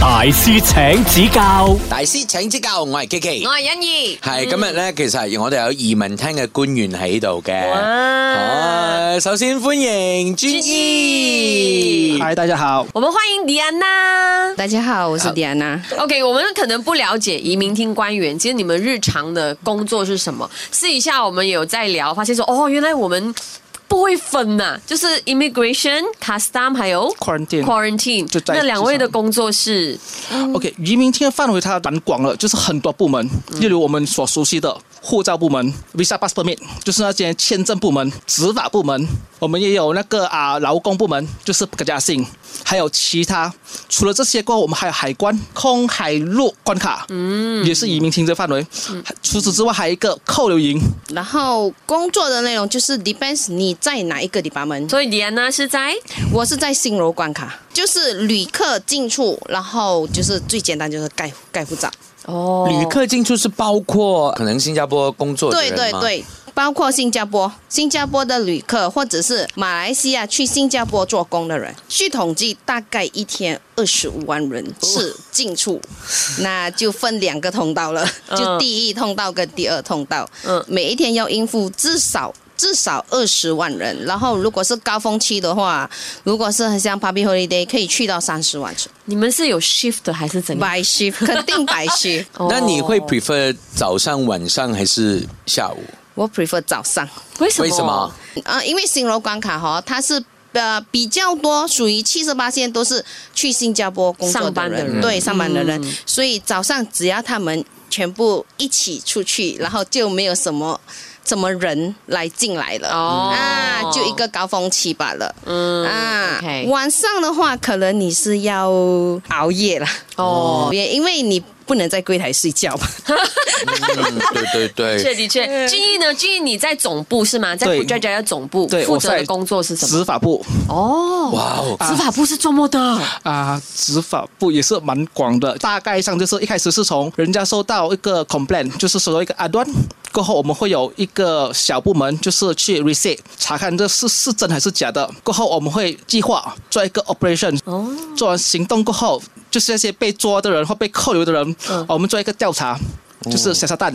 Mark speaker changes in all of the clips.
Speaker 1: 大師請指教，
Speaker 2: 大師請指教，我係 Kiki。
Speaker 3: 我系欣怡，
Speaker 2: 係今日咧，其實我哋有移民廳嘅官員喺度嘅。
Speaker 3: 哇
Speaker 2: 好首先歡迎專一。
Speaker 1: 嗨，大家好，
Speaker 3: 我们欢迎迪安娜。
Speaker 4: 大家好，我是迪安娜。
Speaker 3: OK，我们可能不了解移民厅官员，其实你们日常的工作是什么？私底下我们有在聊，发现说哦，原来我们不会分呐、就是 immigration、custom 还有
Speaker 5: quarantine。
Speaker 3: quarantine
Speaker 5: 就。在
Speaker 3: 那两位的
Speaker 5: 职场
Speaker 3: 工作是
Speaker 5: OK，移民厅的范围它蛮广了，就是很多部门，
Speaker 3: 嗯
Speaker 5: 例如我们所熟悉的护照部门 （Visa Pass Permit），就是那些签证部门、执法部门。我们也有那个啊劳工部门，就是格加信，还有其他。除了这些过后，我们还有海关、空海陆关卡，嗯，也是移民厅的范围。
Speaker 3: 嗯
Speaker 5: 除此之外，还有一个扣留营，
Speaker 4: 然后工作的内容就是 depends 你在哪一个 department。
Speaker 3: 所以迪安娜是在
Speaker 4: 我是在新楼关卡，就是旅客进出，然后就是最简单就是盖盖护照。
Speaker 3: 哦
Speaker 2: 旅客进出是包括可能新加坡工作的
Speaker 4: 对
Speaker 2: 人
Speaker 4: 对
Speaker 2: 吗，
Speaker 4: 对，包括新加坡，新加坡的旅客或者是马来西亚去新加坡做工的人，据统计大概一天二十五万人次进出，那就分两个通道了，
Speaker 3: 嗯
Speaker 4: 就第一通道跟第二通道，
Speaker 3: 嗯
Speaker 4: 每一天要应付至少。至少二十万人，然后如果是高峰期的话，如果是很像 Public Holiday，可以去到三十万次。
Speaker 3: 你们是有 shift 的还是怎样？
Speaker 4: 白 shift 肯定白 shift，
Speaker 3: 哦
Speaker 2: 那你会 prefer 早上、晚上还是下午？
Speaker 4: 我 prefer 早上。
Speaker 3: 为什么？
Speaker 2: 为什么？
Speaker 4: 呃，因为新楼关卡哈、它是呃比较多，属于七十八线都是去新加坡工作
Speaker 3: 上班
Speaker 4: 的
Speaker 3: 的
Speaker 4: 人，
Speaker 3: 人
Speaker 4: 对上班的人，
Speaker 3: 嗯
Speaker 4: 所以早上只要他们全部一起出去，然后就没有什么什么人来进来了。
Speaker 3: 哦
Speaker 4: 啊，就一个高峰期罢了。
Speaker 3: 嗯
Speaker 4: 啊
Speaker 3: OK
Speaker 4: 晚上的话，可能你是要熬夜了，
Speaker 3: 哦，
Speaker 4: 也因为你不能在柜台睡觉嘛。
Speaker 2: 嗯，对对
Speaker 3: 的确
Speaker 2: 对。
Speaker 3: 的确，俊逸呢？俊逸你在总部是吗？在
Speaker 5: 对
Speaker 3: 普加加的总部
Speaker 5: 对，
Speaker 3: 负
Speaker 5: 我
Speaker 3: 责
Speaker 5: 在
Speaker 3: 的工作是什么？
Speaker 5: 执法部
Speaker 3: 哦，
Speaker 2: 哇哦，
Speaker 3: 执法部是做梦的，
Speaker 5: 啊，执法部也是蛮广的，大概上就是一开始是从人家收到一个 complaint，就是收到一个 a d 过后我们会有一个小部门，就是去 reset 查看这是是真还是假的，过后我们会计划做一个 operation，、做完行动过后，就是那些被抓的人或被扣留的人，我们做一个调查。就是小炸弹，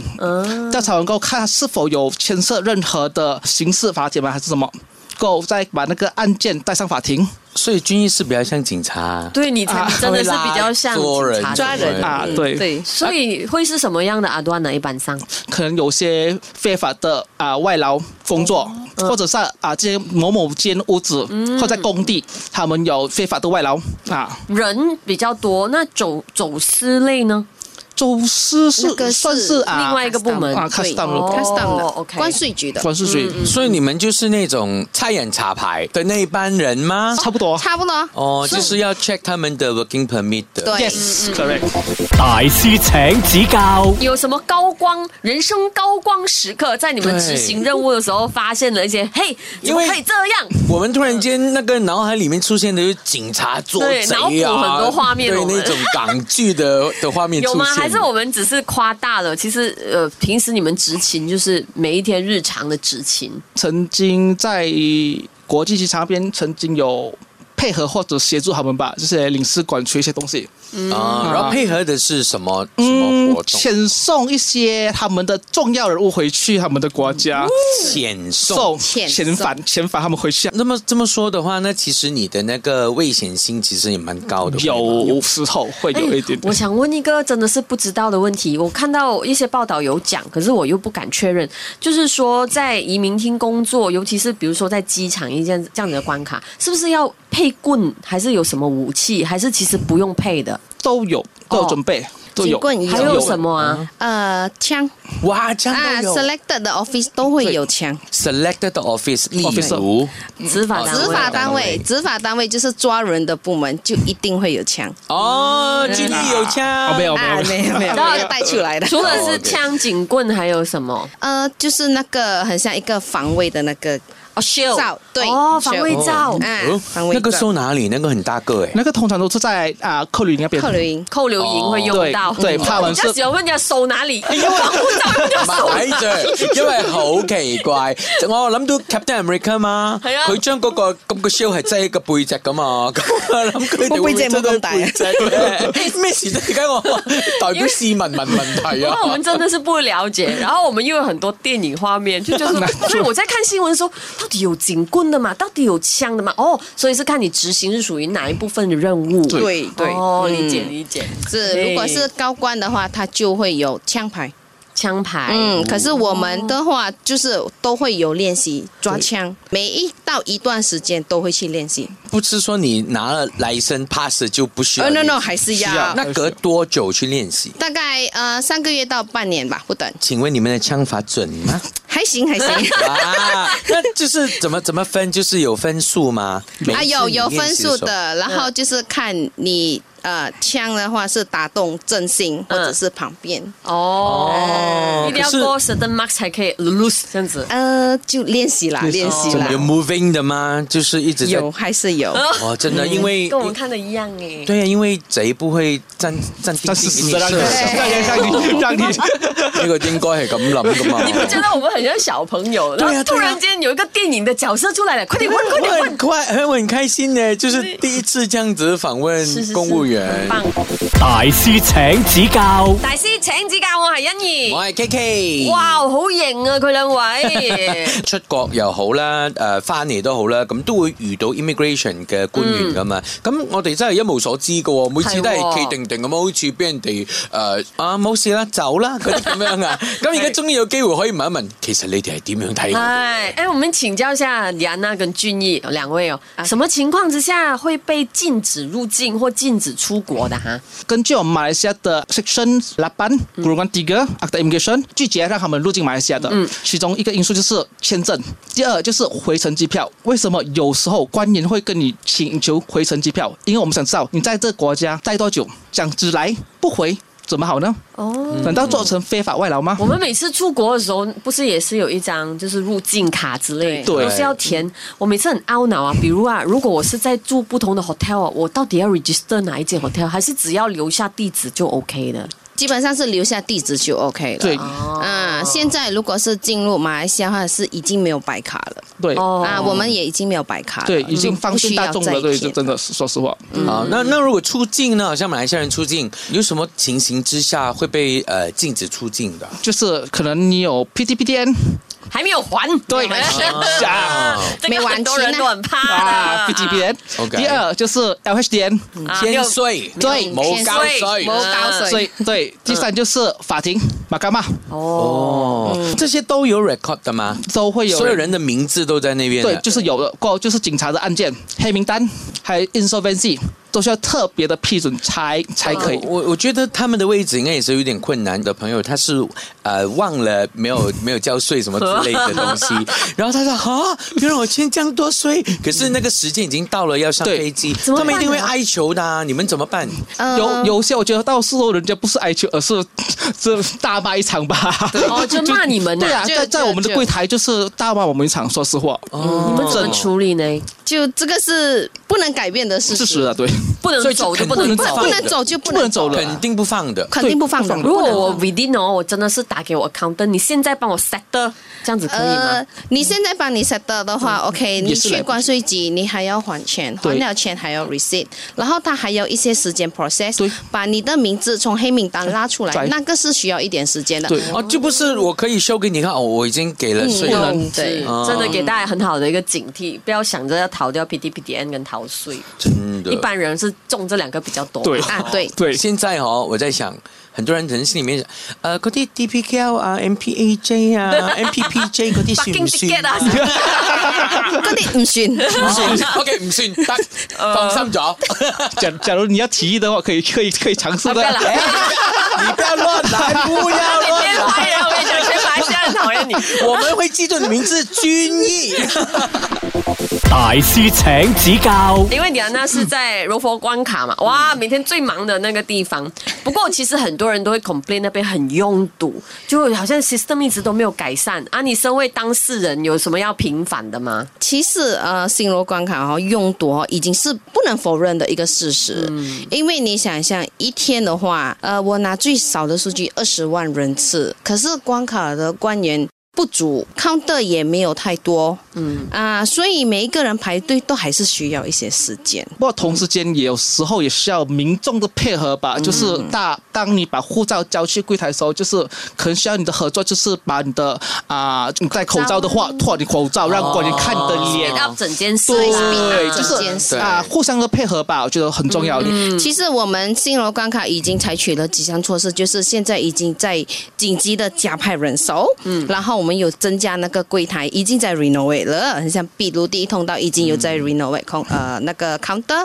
Speaker 5: 调查完过后看是否有牵涉任何的刑事法典吗，还是什么？过后再把那个案件带上法庭。
Speaker 2: 所以军医是比较像警察，
Speaker 3: 对你才
Speaker 5: 啊
Speaker 3: 真的是比较像
Speaker 2: 捉人
Speaker 3: 警察的
Speaker 4: 抓人
Speaker 5: 啊
Speaker 4: 嗯
Speaker 5: 对
Speaker 4: 对，
Speaker 3: 所以会是什么样的阿端呢？一般上，
Speaker 5: 可能有些非法的啊、外劳工
Speaker 4: 哦
Speaker 5: 作，
Speaker 4: 嗯
Speaker 5: 或者是啊这些某某间屋子、或者在工地，他们有非法的外劳啊，
Speaker 3: 人比较多，那走走私类呢？
Speaker 5: 走私是
Speaker 4: 那个是
Speaker 5: 算是啊
Speaker 3: 另外一个部门
Speaker 5: 啊
Speaker 4: 对
Speaker 5: custom
Speaker 3: 哦
Speaker 5: 咯
Speaker 4: custom 的、
Speaker 3: OK
Speaker 4: 关税局的，
Speaker 5: 啊关税局、
Speaker 3: 嗯
Speaker 2: 所以你们就是那种差眼查牌的那一班人吗？
Speaker 5: 差不
Speaker 4: 嗯
Speaker 5: 多。
Speaker 4: 差不多。
Speaker 2: 哦，就是要 check 他们的 working permit 的。
Speaker 4: 对
Speaker 5: Yes, correct。
Speaker 1: 大師請指教，
Speaker 3: 有什么高光人生高光时刻，在你们
Speaker 2: 对
Speaker 3: 执行任务的时候发现了一些，嘿，怎
Speaker 2: 因
Speaker 3: 么
Speaker 2: 为
Speaker 3: 可以这样？
Speaker 2: 我们突然间那个脑海里面出现的就是警察捉
Speaker 3: 对
Speaker 2: 贼
Speaker 3: 脑补
Speaker 2: 啊，
Speaker 3: 很多画面
Speaker 2: 对
Speaker 3: 我们
Speaker 2: 那种港剧的的画面出
Speaker 3: 有
Speaker 2: 现。
Speaker 3: 吗？还是我们只是夸大了？其实，呃，平时你们执勤就是每一天日常的执勤，
Speaker 5: 曾经在国际机场那边曾经有配合或者协助他们吧，这些领事馆学一些东西。
Speaker 2: 啊？然后配合的是什么什么
Speaker 5: 嗯
Speaker 2: 活，动？
Speaker 5: 遣送一些他们的重要人物回去他们的国家，
Speaker 2: 遣送
Speaker 4: 嗯
Speaker 5: 送
Speaker 4: 遣
Speaker 5: 遣返遣返他们回去。
Speaker 2: 那么这么说的话，那其实你的那个危险性其实也蛮高的。会吗
Speaker 5: 有哎时候会有一点
Speaker 3: 哎我
Speaker 5: 点。
Speaker 3: 想问一个真的是不知道的问题，我看到一些报道有讲，可是我又不敢确认，就是说在移民厅工作，尤其是比如说在机场一件这样的关卡，是不是要配棍，还是有什么武器，还是其实不用配的？
Speaker 5: 都有都有准备，都哦有
Speaker 4: 警棍有
Speaker 3: 还有什么
Speaker 5: 嗯
Speaker 3: 啊？
Speaker 4: 呃，枪
Speaker 2: 哇，这
Speaker 4: 啊
Speaker 2: 样都有。
Speaker 4: ，selected 的 office 都会有枪。
Speaker 2: Selected office，例
Speaker 5: Officer
Speaker 2: 如
Speaker 3: 执
Speaker 5: 啊
Speaker 3: 法单位，
Speaker 4: 执法单
Speaker 2: 单位
Speaker 4: 位，执法单位就是抓人的部门，就一定会有枪。
Speaker 2: 哦，军力有
Speaker 5: 啊
Speaker 2: 枪，
Speaker 5: 没有没
Speaker 4: 啊
Speaker 5: 有，
Speaker 4: 没有没有，
Speaker 3: 然后
Speaker 4: 没有带出来的。
Speaker 3: 除了
Speaker 2: 哦
Speaker 3: 是
Speaker 2: ，OK
Speaker 3: 枪、警棍，还有什么？
Speaker 4: 呃，就是那个很像一个防卫的那个
Speaker 3: 哦，shield
Speaker 4: 照对
Speaker 3: 哦，防卫
Speaker 4: shield
Speaker 3: 罩
Speaker 2: 哦，
Speaker 4: 啊防卫
Speaker 2: 那个
Speaker 4: 罩
Speaker 2: 收哪里？那个很大个哎。
Speaker 5: 那个通常都是在啊克里那边。
Speaker 4: 克林
Speaker 3: 扣留营会用到，
Speaker 5: 对对怕
Speaker 3: 我
Speaker 5: 纹
Speaker 3: 比较
Speaker 5: 是
Speaker 3: 喜欢问人家收哪里，防护罩人家收
Speaker 2: 咪
Speaker 3: 哪里。
Speaker 2: 住，因為好奇怪，我諗到 Captain America 嘛，
Speaker 3: 係啊
Speaker 2: 佢將嗰個咁個 shield 係擠喺個背脊噶嘛，咁我諗佢哋會唔會
Speaker 4: 個背脊冇咁大啊
Speaker 2: 擠喺背脊咩事啫？而家我代表市民問問題
Speaker 3: 因
Speaker 2: 啊
Speaker 3: 为！我们真的是不了解，然后我们又有很多电影画面，就觉得，所以我在看新闻的时候，到底有警棍的嘛？到底有枪的嘛？哦，所以是看你执行是属于哪一部分的任务。
Speaker 4: 对对
Speaker 3: 哦，
Speaker 4: 嗯
Speaker 3: 理解理解。
Speaker 4: 是，如果是高官的话，他就会有枪牌。
Speaker 3: 枪牌，
Speaker 4: 嗯，可是我们的话就是都会有练习抓枪，每一到一段时间都会去练习。
Speaker 2: 不是說你拿了来生 pass 就不需要
Speaker 4: 呃
Speaker 2: 練習
Speaker 4: ，no no，还是
Speaker 5: 需
Speaker 4: 要
Speaker 5: 要
Speaker 2: 那隔多久去練習？
Speaker 4: 大概呃三个月到半年吧，不等。
Speaker 2: 請問你們的槍法準嗎？。
Speaker 4: 还行还行
Speaker 2: 啊，那就是怎麼怎麼分？就是有分數嗎？每一
Speaker 4: 啊，
Speaker 2: 次
Speaker 4: 有
Speaker 2: 你
Speaker 4: 有
Speaker 2: 練習的
Speaker 4: 分数
Speaker 2: 時候。
Speaker 4: 的，然后就是看你呃枪的话是打动真心或者是旁边，
Speaker 3: 哦，一定要
Speaker 2: 可是
Speaker 3: 过 certain mark 才可以 loose 这样子。
Speaker 4: 呃就练习啦，练习啦
Speaker 2: 有，moving 的吗？就是一直在
Speaker 4: 有啊还是有。
Speaker 2: 哦，真的，因为
Speaker 3: 嗯跟我们看的一样哎。
Speaker 2: 对呀，啊因为贼不会站站定
Speaker 5: 但
Speaker 2: 定
Speaker 5: 是
Speaker 2: 你
Speaker 5: 死让你
Speaker 2: 射，
Speaker 5: 让你让 你，
Speaker 2: 呢个应该系咁谂噶嘛。
Speaker 3: 你不觉得我们很像小朋友？然
Speaker 2: 对啊嗯
Speaker 3: 后突
Speaker 2: 对啊
Speaker 3: 然间有一个电影的角色出来了，快点问，快点
Speaker 2: 我
Speaker 3: 问。
Speaker 2: 很快，我很开心呢，就是第一次这样子访问
Speaker 3: 是是是
Speaker 2: 公务员
Speaker 3: 很。棒。
Speaker 1: 大师请指教，
Speaker 3: 大师请指教，我系欣怡。
Speaker 2: 我系 K K，
Speaker 3: 哇，好型啊！佢兩位
Speaker 2: 出國又好啦，誒翻嚟都好啦，咁都會遇到 immigration 嘅官員噶嘛。咁、我哋真係一無所知嘅喎，每次都
Speaker 3: 係嗯喎
Speaker 2: 係企定定咁樣，好似俾人哋誒、呃啊冇事啦，走啦嗰啲咁樣啊。咁 而家終於有機會可以問一問，其實你哋係點樣睇我哋？
Speaker 3: 哎哎，我們請教一下李安娜跟俊逸兩位哦，什麼情況之下會被禁止入境或禁止出國的哈？
Speaker 5: 根据我们马来西亚的 Section 8 Golongan 3 Akta Immigration 拒绝让他们入境马来西亚的，其中一个因素就是签证，第二就是回程机票。为什么有时候官员会跟你请求回程机票？因为我们想知道你在这国家待多久，想只来不回怎么好呢？
Speaker 3: 哦。
Speaker 5: 难道做成非法外劳吗
Speaker 3: 我？们每次出国的时候，不是也是有一张就是入境卡之类的，
Speaker 5: 对
Speaker 3: 都是要填。我每次很懊恼啊，比如啊，如果我是在住不同的 hotel，啊我到底要 register 哪一间 hotel，还是只要留下地址就 OK 的？
Speaker 4: 基本上是留下地址就 OK 了。
Speaker 5: 对
Speaker 4: 啊，现在如果是进入马来西亚的话，是已经没有白卡了。
Speaker 5: 对
Speaker 3: 哦
Speaker 4: 啊，我们也已经没有白卡了，
Speaker 5: 对，已经
Speaker 4: 就啊
Speaker 5: 方
Speaker 4: 不需
Speaker 5: 便大
Speaker 4: 要
Speaker 5: 众
Speaker 4: 再
Speaker 5: 了，对，
Speaker 4: 填
Speaker 5: 真的说实话。
Speaker 2: 啊，那那如果出境呢？好像马来西亚人出境，有什么情形之下会被呃禁止出境的？
Speaker 5: 就是可能你有 P T P D N
Speaker 3: 还没有还，
Speaker 5: 对
Speaker 3: 啊这个
Speaker 4: 没完
Speaker 3: 很多人
Speaker 4: 期呢
Speaker 3: 都很怕 的
Speaker 5: 啊，P T P D N，
Speaker 2: OK
Speaker 5: 第二就是 L H D N，
Speaker 3: 啊
Speaker 2: 天
Speaker 3: 六
Speaker 2: 税
Speaker 5: 对
Speaker 2: 冇交税
Speaker 3: 天税
Speaker 4: 冇搞
Speaker 5: 所
Speaker 4: 水，
Speaker 5: 以对，第三就是法庭马干嘛
Speaker 3: 哦。
Speaker 2: 哦，这些都有 record 的吗？
Speaker 5: 都嗯会有
Speaker 2: 所有人的名字都在那边的。
Speaker 5: 对，就是有的过后就是警察的案件黑名单，还有 insolvency 都需要特别的批准才才可以。
Speaker 2: 哦我我觉得他们的位置应该也是有点困难的。朋友他是呃忘了没有没有交税什么之类的东 西，然后他说啊，别让我欠这样多税，可是那个时间已经到了要上
Speaker 5: 对
Speaker 2: 飞机，
Speaker 3: 么
Speaker 5: 啊
Speaker 2: 他们一
Speaker 3: 办
Speaker 2: 定会
Speaker 3: 呢
Speaker 2: 哀求的、啊，你们怎么办？
Speaker 4: 呃
Speaker 5: 有有些我觉得到时候人家不是哀求，而是 这大骂一场吧。
Speaker 3: 哦 就哦骂你们呐
Speaker 5: 对啊，
Speaker 4: 就
Speaker 5: 在在
Speaker 4: 就
Speaker 5: 我们的
Speaker 4: 就
Speaker 5: 柜台就是大骂我们一场，说实话，
Speaker 3: 你们怎么处理呢？
Speaker 4: 就这个是不能改变的事
Speaker 5: 事
Speaker 4: 实，
Speaker 5: 实啊，对。
Speaker 3: 不能
Speaker 2: 所以就
Speaker 3: 走就
Speaker 2: 肯
Speaker 3: 不
Speaker 2: 定
Speaker 3: 能
Speaker 2: 不
Speaker 3: 走
Speaker 2: 能。
Speaker 4: 不能走就不能走
Speaker 5: 不能走了
Speaker 2: 肯定不放的。
Speaker 4: 肯定不放的。
Speaker 5: 对不放的
Speaker 3: 如果我 within 哦，我真的是打给我 accountant，你现在帮我 set 的，这样子可以吗
Speaker 4: 呃？，你现在帮你 set 的话，OK，你
Speaker 5: 也
Speaker 4: 去
Speaker 5: 是来不及
Speaker 4: 关税局，你还要还钱，还
Speaker 5: 对
Speaker 4: 了钱还要 receipt，然后他还有一些时间 process，
Speaker 5: 对
Speaker 4: 把你的名字从黑名单拉出来
Speaker 5: 对，
Speaker 4: 那个是需要一点时间的。
Speaker 5: 对
Speaker 2: 哦，就不是我可以修给你看哦，我已经给了税了。
Speaker 4: 嗯对
Speaker 3: 是
Speaker 2: 哦
Speaker 3: 真的给大家很好的一个警惕，不要想着要逃掉 PDPDN 跟逃税，
Speaker 2: 真的
Speaker 3: 一般人是中这两个比较多。
Speaker 5: 对
Speaker 4: 啊，对，
Speaker 5: 对，
Speaker 2: 现在哦，我在想，很多人可能心里面想，呃，嗰啲 DPKL 啊、MPAJ 啊、MPPJ 嗰啲算唔
Speaker 3: Parking
Speaker 2: 算
Speaker 3: ticket 啊，
Speaker 4: 嗰啲唔算。
Speaker 2: 唔算，OK 哦唔算， 得放心咗。
Speaker 5: 假假如你要提议的话，可以可以可以尝试
Speaker 3: 啊不
Speaker 5: 的
Speaker 3: 要。 啦，
Speaker 2: 你不要乱来，不要
Speaker 3: 你别
Speaker 2: 乱来，
Speaker 3: 来了，我跟你讲，全马来西亚人讨厌你。
Speaker 2: 我们会记住你名字，君毅。
Speaker 1: 大师请指教，
Speaker 3: 因为迪安娜是在柔佛关卡
Speaker 4: 嗯
Speaker 3: 嘛，哇，每天最忙的那个地方。不过其实很多人都会 complain 那边很拥堵，就好像 system 一直都没有改善啊。你身为当事人，有什么要平反的吗？
Speaker 4: 其实呃，新罗关卡哦，拥堵哦，已经是不能否认的一个事实。因为你想象一天的话，呃，我拿最少的数据二十万人次，可是关卡的官员。不足，counter 也没有太多，嗯啊、所以每一个人排队都还是需要一些时间。
Speaker 5: 不过同时间也有时候也需要民众的配合吧，就是大当你把护照交去柜台的时候，就是可能需要你的合作，就是把你的啊、你戴口罩的话脱你口罩，让官员看你的脸。
Speaker 3: 要整件事啊
Speaker 5: 对，
Speaker 4: 哦对嗯
Speaker 5: 就
Speaker 4: 这件
Speaker 5: 是
Speaker 4: 事
Speaker 5: 啊，互相的配合吧，我觉得很重要。嗯你
Speaker 4: 其实我们新罗关卡已经采取了几项措施，就是现在已经在紧急的加派人手，嗯，然后我们有增加那个柜台，已经在 renovate 了，很像比如第一通道已经有在 renovate 空、呃那个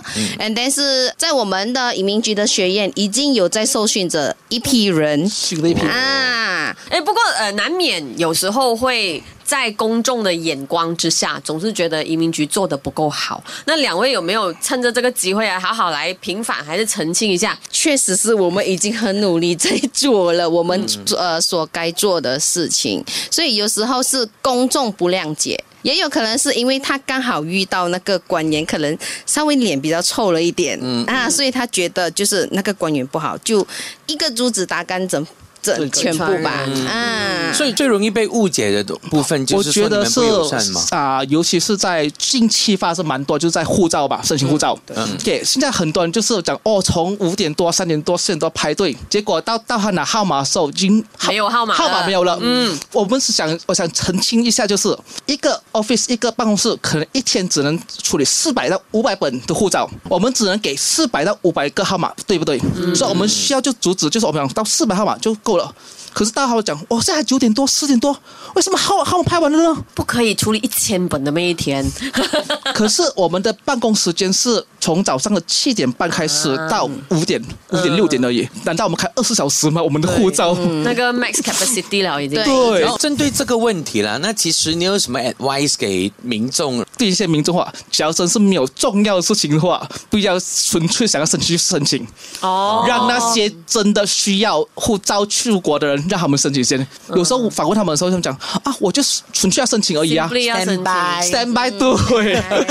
Speaker 4: counter，and then 是在我们的移民局的学院已经有在受训着一批人
Speaker 5: 训了一批
Speaker 4: 啊，
Speaker 3: 哎，不过呃，难免有时候会在公众的眼光之下，总是觉得移民局做的不够好。那两位有没有趁着这个机会啊，好好来平反还是澄清一下？
Speaker 4: 确实是我们已经很努力在做了我们、
Speaker 5: 嗯
Speaker 4: 呃所该做的事情，所以有时候是公众不谅解。也有可能是因为他刚好遇到那个官员，可能稍微脸比较臭了一点，
Speaker 5: 嗯
Speaker 4: 啊，所以他觉得就是那个官员不好，就一个珠子打干整整全部吧，
Speaker 5: 嗯
Speaker 4: 啊，
Speaker 2: 所以最容易被误解的部分就
Speaker 5: 我
Speaker 2: 是说
Speaker 5: 觉
Speaker 2: 你
Speaker 5: 得
Speaker 2: 们
Speaker 5: 是
Speaker 2: 不友善吗？
Speaker 5: 啊、尤其是在近期发生蛮多，就是在护照吧，申请护照。
Speaker 2: 嗯
Speaker 5: 对，现在很多人就是讲哦，从五点多、三点多、四点多排队，结果到到他拿号码的时候已经
Speaker 3: 没有号码了
Speaker 5: 号码没有了。嗯，我们是想，我想澄清一下，就是一个 office 一个办公室可能一天只能处理四百到五百本的护照，我们只能给四百到五百个号码，对不对？
Speaker 3: 嗯
Speaker 5: 所以我们需要就阻止，就是我们讲到四百号码就够了。可是大家讲，哦，现在九点多、十点多，为什么号号码拍完了呢？
Speaker 3: 不可以处理一千本的那一天。
Speaker 5: 可是我们的办公时间是从早上的七点半开始
Speaker 3: 嗯
Speaker 5: 到五点、五点六点而已。难道我们开二十小时吗？我们的护照？
Speaker 3: 那个 max capacity 了已经。
Speaker 4: 对
Speaker 5: 对
Speaker 2: 然，
Speaker 3: 嗯
Speaker 2: 后针对这个问题啦，那其实你有什么 advice 给民众？
Speaker 5: 对一些民众话，只要真是没有重要的事情的话，不要纯粹想要申请去申请，
Speaker 3: 哦，
Speaker 5: 让那些真的需要护照出国的人让他们申请先。有时候我访问他们的时候，他们讲啊，我就是纯粹要申请而已啊
Speaker 3: Simply 要申请嗯
Speaker 5: ，stand by 对。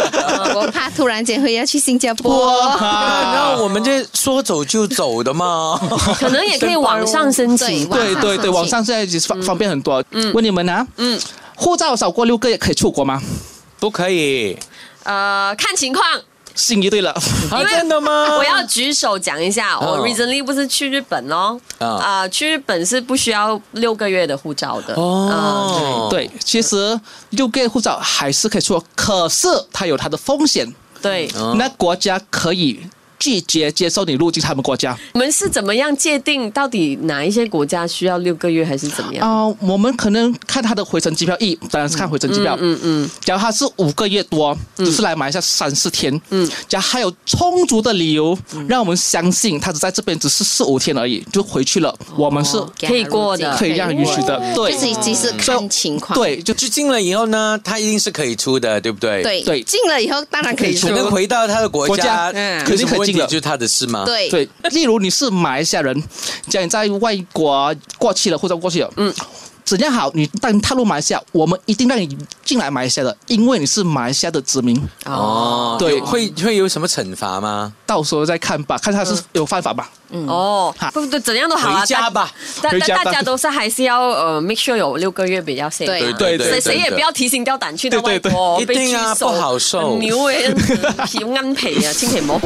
Speaker 4: 我怕突然间会要去新加
Speaker 3: 哦
Speaker 4: 坡。
Speaker 5: 哇，
Speaker 2: 那我们这说走就走的嘛。
Speaker 3: 可能也可以网上申请 吧。
Speaker 5: 对
Speaker 4: 网上
Speaker 5: 对对，
Speaker 4: 申
Speaker 5: 网
Speaker 4: 请
Speaker 5: 上现在其实方方便很多。问你们啊，嗯，护照少过六个也可以出国吗？
Speaker 2: 不可以
Speaker 3: 呃，看情况。
Speaker 5: 心仪对了，
Speaker 2: 啊？
Speaker 3: 因为
Speaker 2: 真的吗？
Speaker 3: 我要举手讲一下，
Speaker 2: 哦
Speaker 3: 我 recently 不是去日本咯，
Speaker 2: 啊
Speaker 3: 啊、去日本是不需要六个月的护照的。啊
Speaker 2: 哦，
Speaker 5: 对，其实六个月护照还是可以出国，可是它有它的风险，
Speaker 3: 对，
Speaker 2: 哦
Speaker 5: 那国家可以拒绝接受你入境他们国家。
Speaker 3: 我们是怎么样界定到底哪一些国家需要六个月，还是怎么样？
Speaker 5: 啊、我们可能看它的回程机票，一当然是看回程机票。嗯嗯。假如它是五个月多，只是来马来西亚三四天。嗯。假如还有充足的理由，让我们相信他只在这边只是四五天而已，就回去了。我们是
Speaker 3: 可以过
Speaker 4: 啊
Speaker 3: 的
Speaker 5: 可以让允许的。对。
Speaker 4: 就是其实看情况。
Speaker 5: 对，就
Speaker 2: 就进了以后呢，他一定是可以出的，对不对？，
Speaker 4: 对
Speaker 5: 对
Speaker 4: 进了以后当然可以
Speaker 5: 可
Speaker 2: 可
Speaker 5: 以
Speaker 4: 说
Speaker 5: 出。
Speaker 2: 能回到他的国
Speaker 5: 国
Speaker 2: 家
Speaker 5: 家，
Speaker 4: 嗯
Speaker 2: 可是
Speaker 5: 可是
Speaker 2: 问
Speaker 5: 可以
Speaker 2: 题
Speaker 5: 进了
Speaker 2: 就是他的事吗？，
Speaker 4: 对，
Speaker 5: 对。例如你是马来西亚人，讲你在外国过期了护照过期了，嗯，怎样好？你当你踏入马来西亚，我们一定让你进来马来西亚的，因为你是马来西亚的子民。
Speaker 2: 哦，
Speaker 5: 对
Speaker 2: 有会会有什么惩罚吗？
Speaker 5: 到时候再看吧，看他是有犯法吧。
Speaker 3: 哦，不不，怎样都好啊，
Speaker 2: 回家吧
Speaker 3: 大。但
Speaker 5: 回家
Speaker 3: 但
Speaker 5: 吧
Speaker 3: 大家都是还是要呃 make sure 有六个月比较 safe 啊。
Speaker 4: 对对
Speaker 2: 对对
Speaker 3: 谁谁
Speaker 2: 真的
Speaker 3: 也不要提心吊胆去到
Speaker 2: 对
Speaker 3: 外国
Speaker 2: 对对
Speaker 3: 被
Speaker 2: 一定啊
Speaker 3: 拘手
Speaker 2: 不好受
Speaker 3: 很 牛诶，皮恩皮啊，千祈 唔好。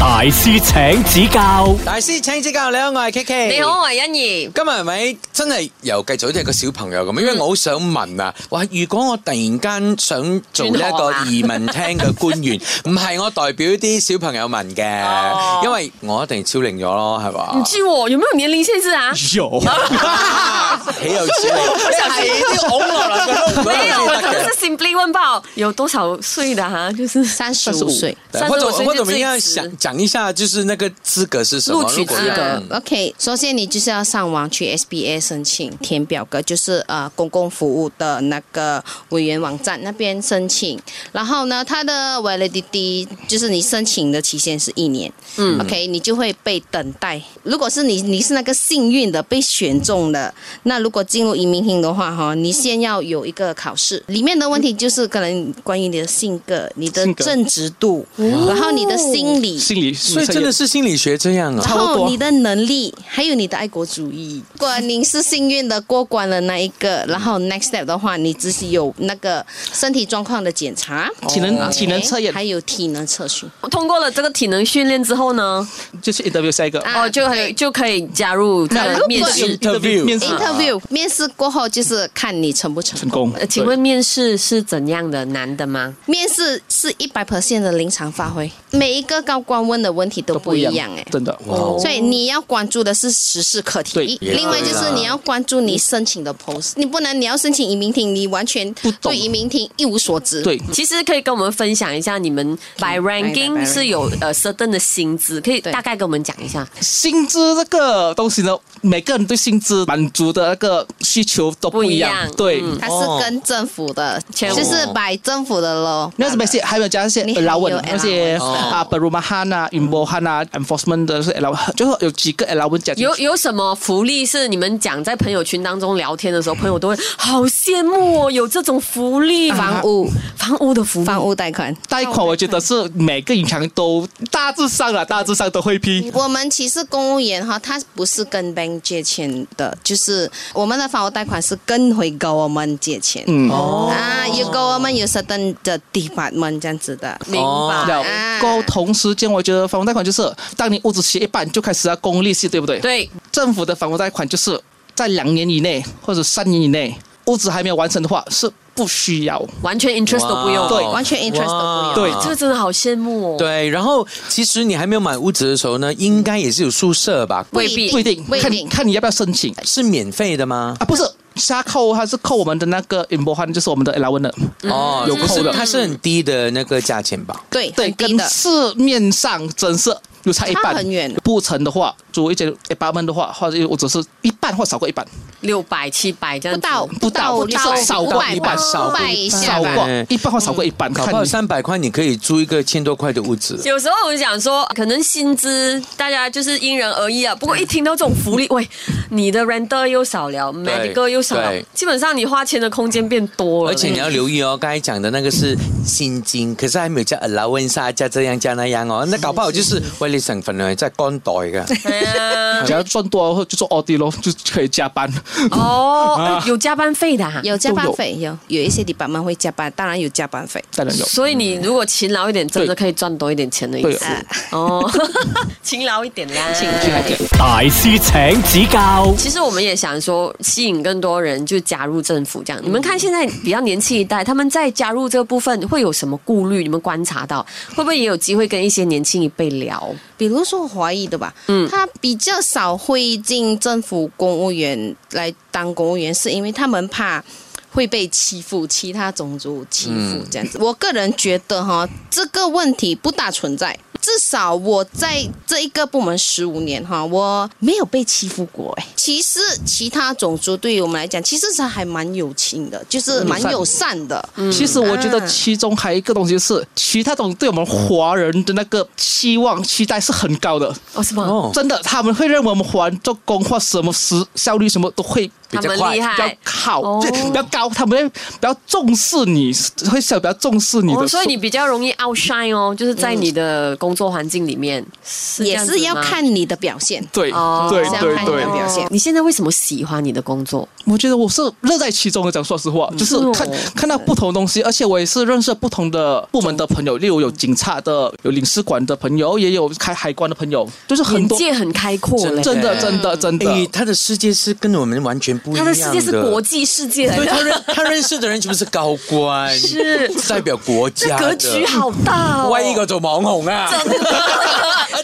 Speaker 1: 大师请指教，
Speaker 2: 大师请指教，你好，我系 K K。
Speaker 3: 你好，。我系欣怡。
Speaker 2: 今日係咪真係又繼續好似個小朋友咁？因為我好想問啊，哇！如果我突然間想做呢一 個移民廳嘅官 員，唔係我代表啲小朋友問
Speaker 3: 哦
Speaker 2: 嘅，因為我一定超齡咗咯，係嘛
Speaker 3: 你？记我有没有年龄限制啊？
Speaker 5: 有，
Speaker 2: 豈有此理！啊我想係啲啊拱落嚟嘅 窿，
Speaker 3: 没有，我真的是 simply 问报有多少岁的哈、就是
Speaker 4: 三十五岁。
Speaker 3: 35
Speaker 2: 或者
Speaker 3: 岁就
Speaker 2: 或者我们要
Speaker 3: 最迟
Speaker 2: 想讲一下，就是那個資格是什麼？
Speaker 3: 錄取
Speaker 2: 如果
Speaker 3: 資格
Speaker 2: 嗯
Speaker 4: OK，首先你就是要上网去 SBA 申请填表格，就是呃公共服务的那个委员网站那边申请，然后呢，它的 validity 就是你申请的期限是一年，嗯，OK，你就会被等待。如果是你你是那个幸运的被选中的，那如果进入移民厅的话，哈，你先要有一个考试，里面的问题就是可能关于你的性格、哦你的
Speaker 5: 性格
Speaker 4: 正直度，然后你的心理，
Speaker 5: 心理，
Speaker 2: 所以真的
Speaker 5: 是
Speaker 2: 是心理学这样啊。
Speaker 4: 然
Speaker 5: 差不
Speaker 4: 后
Speaker 5: 多
Speaker 4: 你的能力，还有你的爱国主义。如果你是幸运的过关了那一个，然后 next step 的话，你只是有那个身体状况的检查、
Speaker 5: 体能
Speaker 4: OK，
Speaker 5: 体能测验，啊
Speaker 4: 还有体能测询。
Speaker 3: 通过了这个体能训练之后呢，
Speaker 5: 就去 interview 下一个。
Speaker 4: 啊
Speaker 3: 哦，就可以
Speaker 4: 对
Speaker 3: 就可以加入这
Speaker 4: 那
Speaker 3: 个
Speaker 4: 如果哎
Speaker 3: 面试。
Speaker 2: Interview
Speaker 5: 面试
Speaker 4: interview 面试过后就是看你成不成
Speaker 5: 成
Speaker 4: 功。
Speaker 5: 功
Speaker 3: 呃，。请问面试是怎样的？难的吗？
Speaker 4: 面试是一百 percent 的临场发挥，每一个高官问的问题都
Speaker 5: 都
Speaker 4: 不
Speaker 5: 不
Speaker 4: 一
Speaker 5: 一
Speaker 4: 样
Speaker 5: 样
Speaker 4: 哎、
Speaker 5: 真的。
Speaker 2: 哦
Speaker 4: 所以你要关注的是时事课
Speaker 5: 对
Speaker 4: 题，
Speaker 2: 也
Speaker 4: 另外
Speaker 2: 对
Speaker 4: 就是
Speaker 2: 啦
Speaker 4: 你要关注你申请的 post，你不能你要申请移民厅，你完全
Speaker 5: 不懂
Speaker 4: 对移民厅一无所知。
Speaker 5: 对，
Speaker 3: 其实可以跟我们分享一下，你们 by
Speaker 4: 嗯 by
Speaker 3: ranking
Speaker 4: ranking
Speaker 3: 是有呃 certain 的薪资，可以
Speaker 4: 对
Speaker 3: 大概跟我们讲一下。
Speaker 5: 薪资这个东西呢，每个人对薪资满足的那个需求都不一样。
Speaker 3: 不一样
Speaker 5: 对，
Speaker 3: 嗯
Speaker 4: 它是跟政府的，
Speaker 3: 全部
Speaker 4: 就是摆政府的咯。
Speaker 5: 哦那是 basic，还有加一些
Speaker 4: 你还有
Speaker 5: allowance，
Speaker 4: allowance
Speaker 5: 那些
Speaker 2: 哦
Speaker 5: 啊 b e r u m a h a n 啊 i m b o h a n 啊，enforcement 的是 allowance，就是有几个 allowance 加进
Speaker 3: 有
Speaker 5: 去。
Speaker 3: 有什么福利是你们讲在朋友圈当中聊天的时候，朋友都会好羡慕哦，有这种福利，
Speaker 4: 房屋
Speaker 5: 嗯
Speaker 3: 房屋的福利，
Speaker 4: 房屋贷款。
Speaker 5: 贷款我觉得是每个银行都大致上啊，大致上都会批。
Speaker 4: 我们其实公务员哈，他不是跟 bank 借钱的，就是我们的房屋贷款是跟回 government 借钱。
Speaker 5: 嗯，
Speaker 4: 啊，有 government 有 certain 的 department 这样子的。
Speaker 3: 明
Speaker 5: 哦
Speaker 3: 白？
Speaker 2: 哦
Speaker 5: 了
Speaker 4: 啊
Speaker 5: 够。同时间，我觉得房屋贷款就是，当你屋子写一半就开始要供利息，对不对？。
Speaker 3: 对，
Speaker 5: 政府的房屋贷款就是在两年以内或者三年以内，屋子还没有完成的话是不需要。
Speaker 3: 完全 interest 都不用，
Speaker 5: 对
Speaker 4: 完全 interest 都
Speaker 5: 不
Speaker 3: 哇
Speaker 5: 一样
Speaker 3: 这个真的好羡慕哦。
Speaker 2: 对，然后其实你还没有买屋子的时候呢，应该也是有宿舍吧？
Speaker 4: 嗯
Speaker 3: 未必
Speaker 5: 不一定，
Speaker 4: 不一
Speaker 5: 看
Speaker 4: 定
Speaker 5: 看你要不要申请啊
Speaker 2: 是免费的吗？
Speaker 5: 啊？不是，瞎扣它是扣我们的那个 i m b o h a n 就是我们的 allowance 的
Speaker 2: 哦，
Speaker 5: 有
Speaker 2: 不是
Speaker 5: 扣的
Speaker 2: 它是很低的那个价钱吧？
Speaker 4: 对，
Speaker 5: 对，
Speaker 4: 很低
Speaker 5: 跟
Speaker 4: 的
Speaker 5: 市面上真是有差一半，
Speaker 4: 差很远
Speaker 5: 不成的话，租一间 apartment 的话，或者我只是一半或少过一半，
Speaker 3: 六百、七百这样
Speaker 4: 不
Speaker 3: 子
Speaker 4: 到
Speaker 5: 不到
Speaker 4: 不到
Speaker 5: 少过一半
Speaker 4: 五
Speaker 2: 少过
Speaker 4: 百
Speaker 2: 一
Speaker 4: 以
Speaker 2: 半
Speaker 4: 下
Speaker 5: 少
Speaker 4: 吧。
Speaker 5: 过
Speaker 2: 嗯
Speaker 5: 一半或少过一半，
Speaker 2: 搞
Speaker 5: 看
Speaker 2: 不好
Speaker 5: 你
Speaker 2: 三百块你可以租一个千多块的屋子。
Speaker 3: 有时候我想说，可能薪资大家就是因人而异啊。不过一听到这种福利，喂，你的 renter 又少了，medical 又少了
Speaker 2: 对，
Speaker 3: 基本上你花钱的空间变多了。
Speaker 2: 而且你要留意哦，刚才讲的那个是薪金，可是还没有加 allowance 啊，加这样加那样哦，那搞不好就是为了省份哦呢，在干袋噶。
Speaker 3: 哎呀
Speaker 5: 只要赚多的话就做 a u d 咯，就可以加班。
Speaker 3: 哦，呃有加班费的啊。
Speaker 4: 有加
Speaker 5: 都
Speaker 4: 班
Speaker 5: 有
Speaker 4: 费，有有一些 department 会加班，当然有加班费。
Speaker 5: 当然有，
Speaker 3: 所以你如果勤劳一点，真的可以赚多一点钱的意
Speaker 5: 对
Speaker 3: 思哦。 勤劳一点啦，勤
Speaker 2: 嗯
Speaker 5: 来给
Speaker 1: 大师请指教，
Speaker 3: 其实我们也想说，吸引更多人就加入政府这
Speaker 4: 嗯
Speaker 3: 样。你们看现在比较年轻一代，他们在加入这部分会有什么顾虑？你们观察到会不会也有机会跟一些年轻一辈聊？
Speaker 4: 比如说华裔的吧，
Speaker 3: 嗯
Speaker 4: 他比较少会进政府公务员来当公务员，是因为他们怕。会被欺负，其他种族欺负
Speaker 3: 嗯
Speaker 4: 这样子。我个人觉得哈，这个问题不大存在。至少我在这一个部门十五年哈，我没有被欺负过哎。其实其他种族对于我们来讲，其实是还蛮友情的，就是
Speaker 3: 嗯
Speaker 4: 蛮友善的。
Speaker 2: 嗯
Speaker 5: 其实我觉得
Speaker 4: 啊
Speaker 5: 其中还有一个东西是，其他东西对我们华人的那个期望期待是很高的，
Speaker 3: 哦，是吗？
Speaker 2: 哦，
Speaker 5: 真的，他们会认为我们华人做工或什么时效率什么都会
Speaker 3: 他们
Speaker 2: 比较快
Speaker 3: 厉
Speaker 5: 比较
Speaker 3: 害。
Speaker 5: 好，
Speaker 3: 哦
Speaker 5: 对，比较高，他们会比较重视你，会想比较重视你
Speaker 3: 哦，
Speaker 5: 的。
Speaker 3: 所以你比较容易 outshine 哦，就是在你的工作环境里面，是
Speaker 4: 也
Speaker 3: 这样
Speaker 4: 是
Speaker 3: 子
Speaker 4: 要
Speaker 3: 吗
Speaker 4: 看你的表现。
Speaker 5: 对
Speaker 3: 哦
Speaker 5: 对
Speaker 4: 是要
Speaker 5: 对
Speaker 4: 看你的
Speaker 5: 对，
Speaker 4: 表现
Speaker 3: 哦你现在为什么喜欢你的工作？
Speaker 5: 我觉得我是乐在其中的。讲说实话，就是
Speaker 3: 是哦
Speaker 5: 看看到不同东西，而且我也是认识不同的部门的朋友，例如有警察的，有领事馆的朋友，也有开海关的朋友，就是很
Speaker 3: 眼
Speaker 5: 多。
Speaker 3: 界很开阔嘞，
Speaker 5: 真的，真的，真的。
Speaker 2: 哎诶，他的世界是跟我们完全不一
Speaker 3: 他
Speaker 2: 样的。
Speaker 3: 的世界是国际世界来
Speaker 2: 对，
Speaker 3: 的。
Speaker 2: 他认他认识的人全部是高官，
Speaker 3: 是
Speaker 2: 代表国家的，
Speaker 3: 格局好大 哦。
Speaker 2: 万一个做网红啊！
Speaker 3: 真的。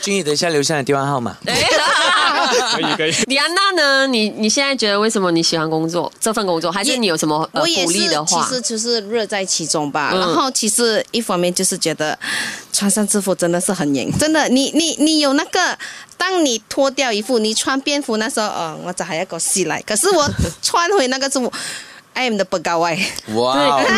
Speaker 2: 君宇，等一下留下你的电话号码。
Speaker 5: 可以可以。
Speaker 3: 李安娜呢？你你现在觉得为什么你喜欢工作这份工作，还是
Speaker 4: 也
Speaker 3: 你有什么呃
Speaker 4: 我也
Speaker 3: 鼓励
Speaker 4: 是
Speaker 3: 的，
Speaker 4: 其
Speaker 3: 话？
Speaker 4: 实就是乐在其中吧。
Speaker 3: 嗯
Speaker 4: 然后其实一方面就是觉得穿上制服真的是很严，真的，你你你有那个，当你脱掉一副，你穿便服那时候，呃，我咋还要搞戏来？可是我穿回那个制服，I am 的不高哎，
Speaker 2: 哇哦！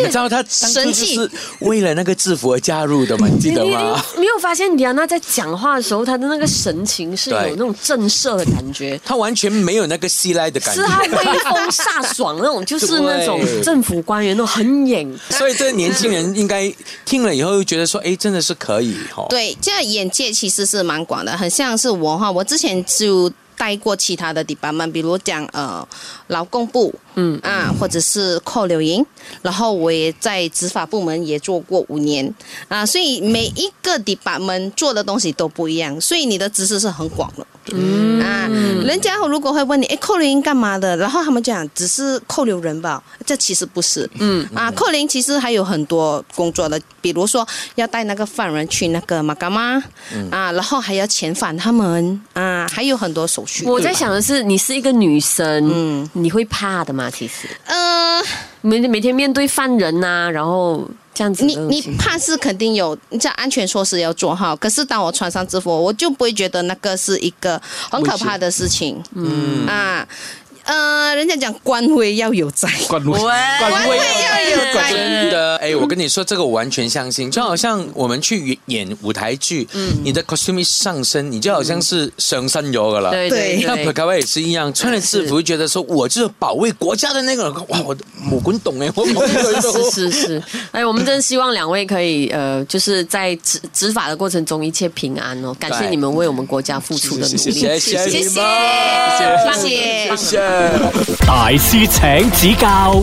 Speaker 2: 你知道他当初就
Speaker 4: 神器
Speaker 2: 是为了那个制服而加入的吗？你记
Speaker 3: 你
Speaker 2: 得
Speaker 3: 你
Speaker 2: 吗？
Speaker 3: 你没有发现李安娜在讲话的时候，她的那个神情是有
Speaker 2: 对
Speaker 3: 那种震慑的感觉。
Speaker 2: 他完全没有那个西来的感
Speaker 3: 是啊她
Speaker 2: 觉。
Speaker 3: 威风飒爽那 种，就是那种
Speaker 2: 对
Speaker 3: 政府官员那种很演，
Speaker 2: 所以这年轻人应该听了以后，又觉得说，哎，真的是可以哦。
Speaker 4: 对，这样眼界其实是蛮广的，很像是我哈，我之前就。带过其他的 department，比如讲呃劳动部，嗯啊，或者是扣留营，然后我也在执法部门也做过五年啊，所以每一个 department 做的东西都不一样，所以你的知识是很广的。嗯啊，人家如果会问你，哎，扣留营干嘛的？然后他们讲只是扣留人吧，这其实不是。嗯啊，扣留营其实还有很多工作的，比如说要带那个犯人去那个马干妈啊，然后还要遣返他们啊，还有很多手续。
Speaker 3: 我在想的是，你是一个女生，你会怕的吗？其实
Speaker 4: 呃，
Speaker 3: 每每天面对犯人呐、然后这样子的
Speaker 4: 你
Speaker 3: 东
Speaker 4: 你
Speaker 3: 西，
Speaker 4: 怕是肯定有，你这安全措施要做好。可是当我穿上制服，我就不会觉得那个是一个很可怕的事情。嗯啊，呃，人家讲官威要有在，
Speaker 5: 管路管
Speaker 4: 威要有在。
Speaker 2: 真的，哎，我跟你说，这个我完全相信。就好像我们去演舞台剧，
Speaker 3: 嗯
Speaker 2: 你的 costume 一上身，你就好像是上身咗噶啦。
Speaker 3: 对对
Speaker 4: 对
Speaker 2: 那普
Speaker 3: 对，
Speaker 2: 卡威也是一样，啊穿了制服，觉得说我就是保卫国家的那个人。哇，我我滚懂哎，我我
Speaker 3: 是是是， 哎，我们真的希望两位可以呃，就是在执执法的过程中一切平安哦，感谢
Speaker 2: 对
Speaker 3: 你们为我们国家付出的努力，
Speaker 5: 谢谢
Speaker 2: 谢谢你们，
Speaker 4: 谢谢，谢
Speaker 2: 谢
Speaker 4: 谢。
Speaker 2: 谢。
Speaker 1: 大师请指教。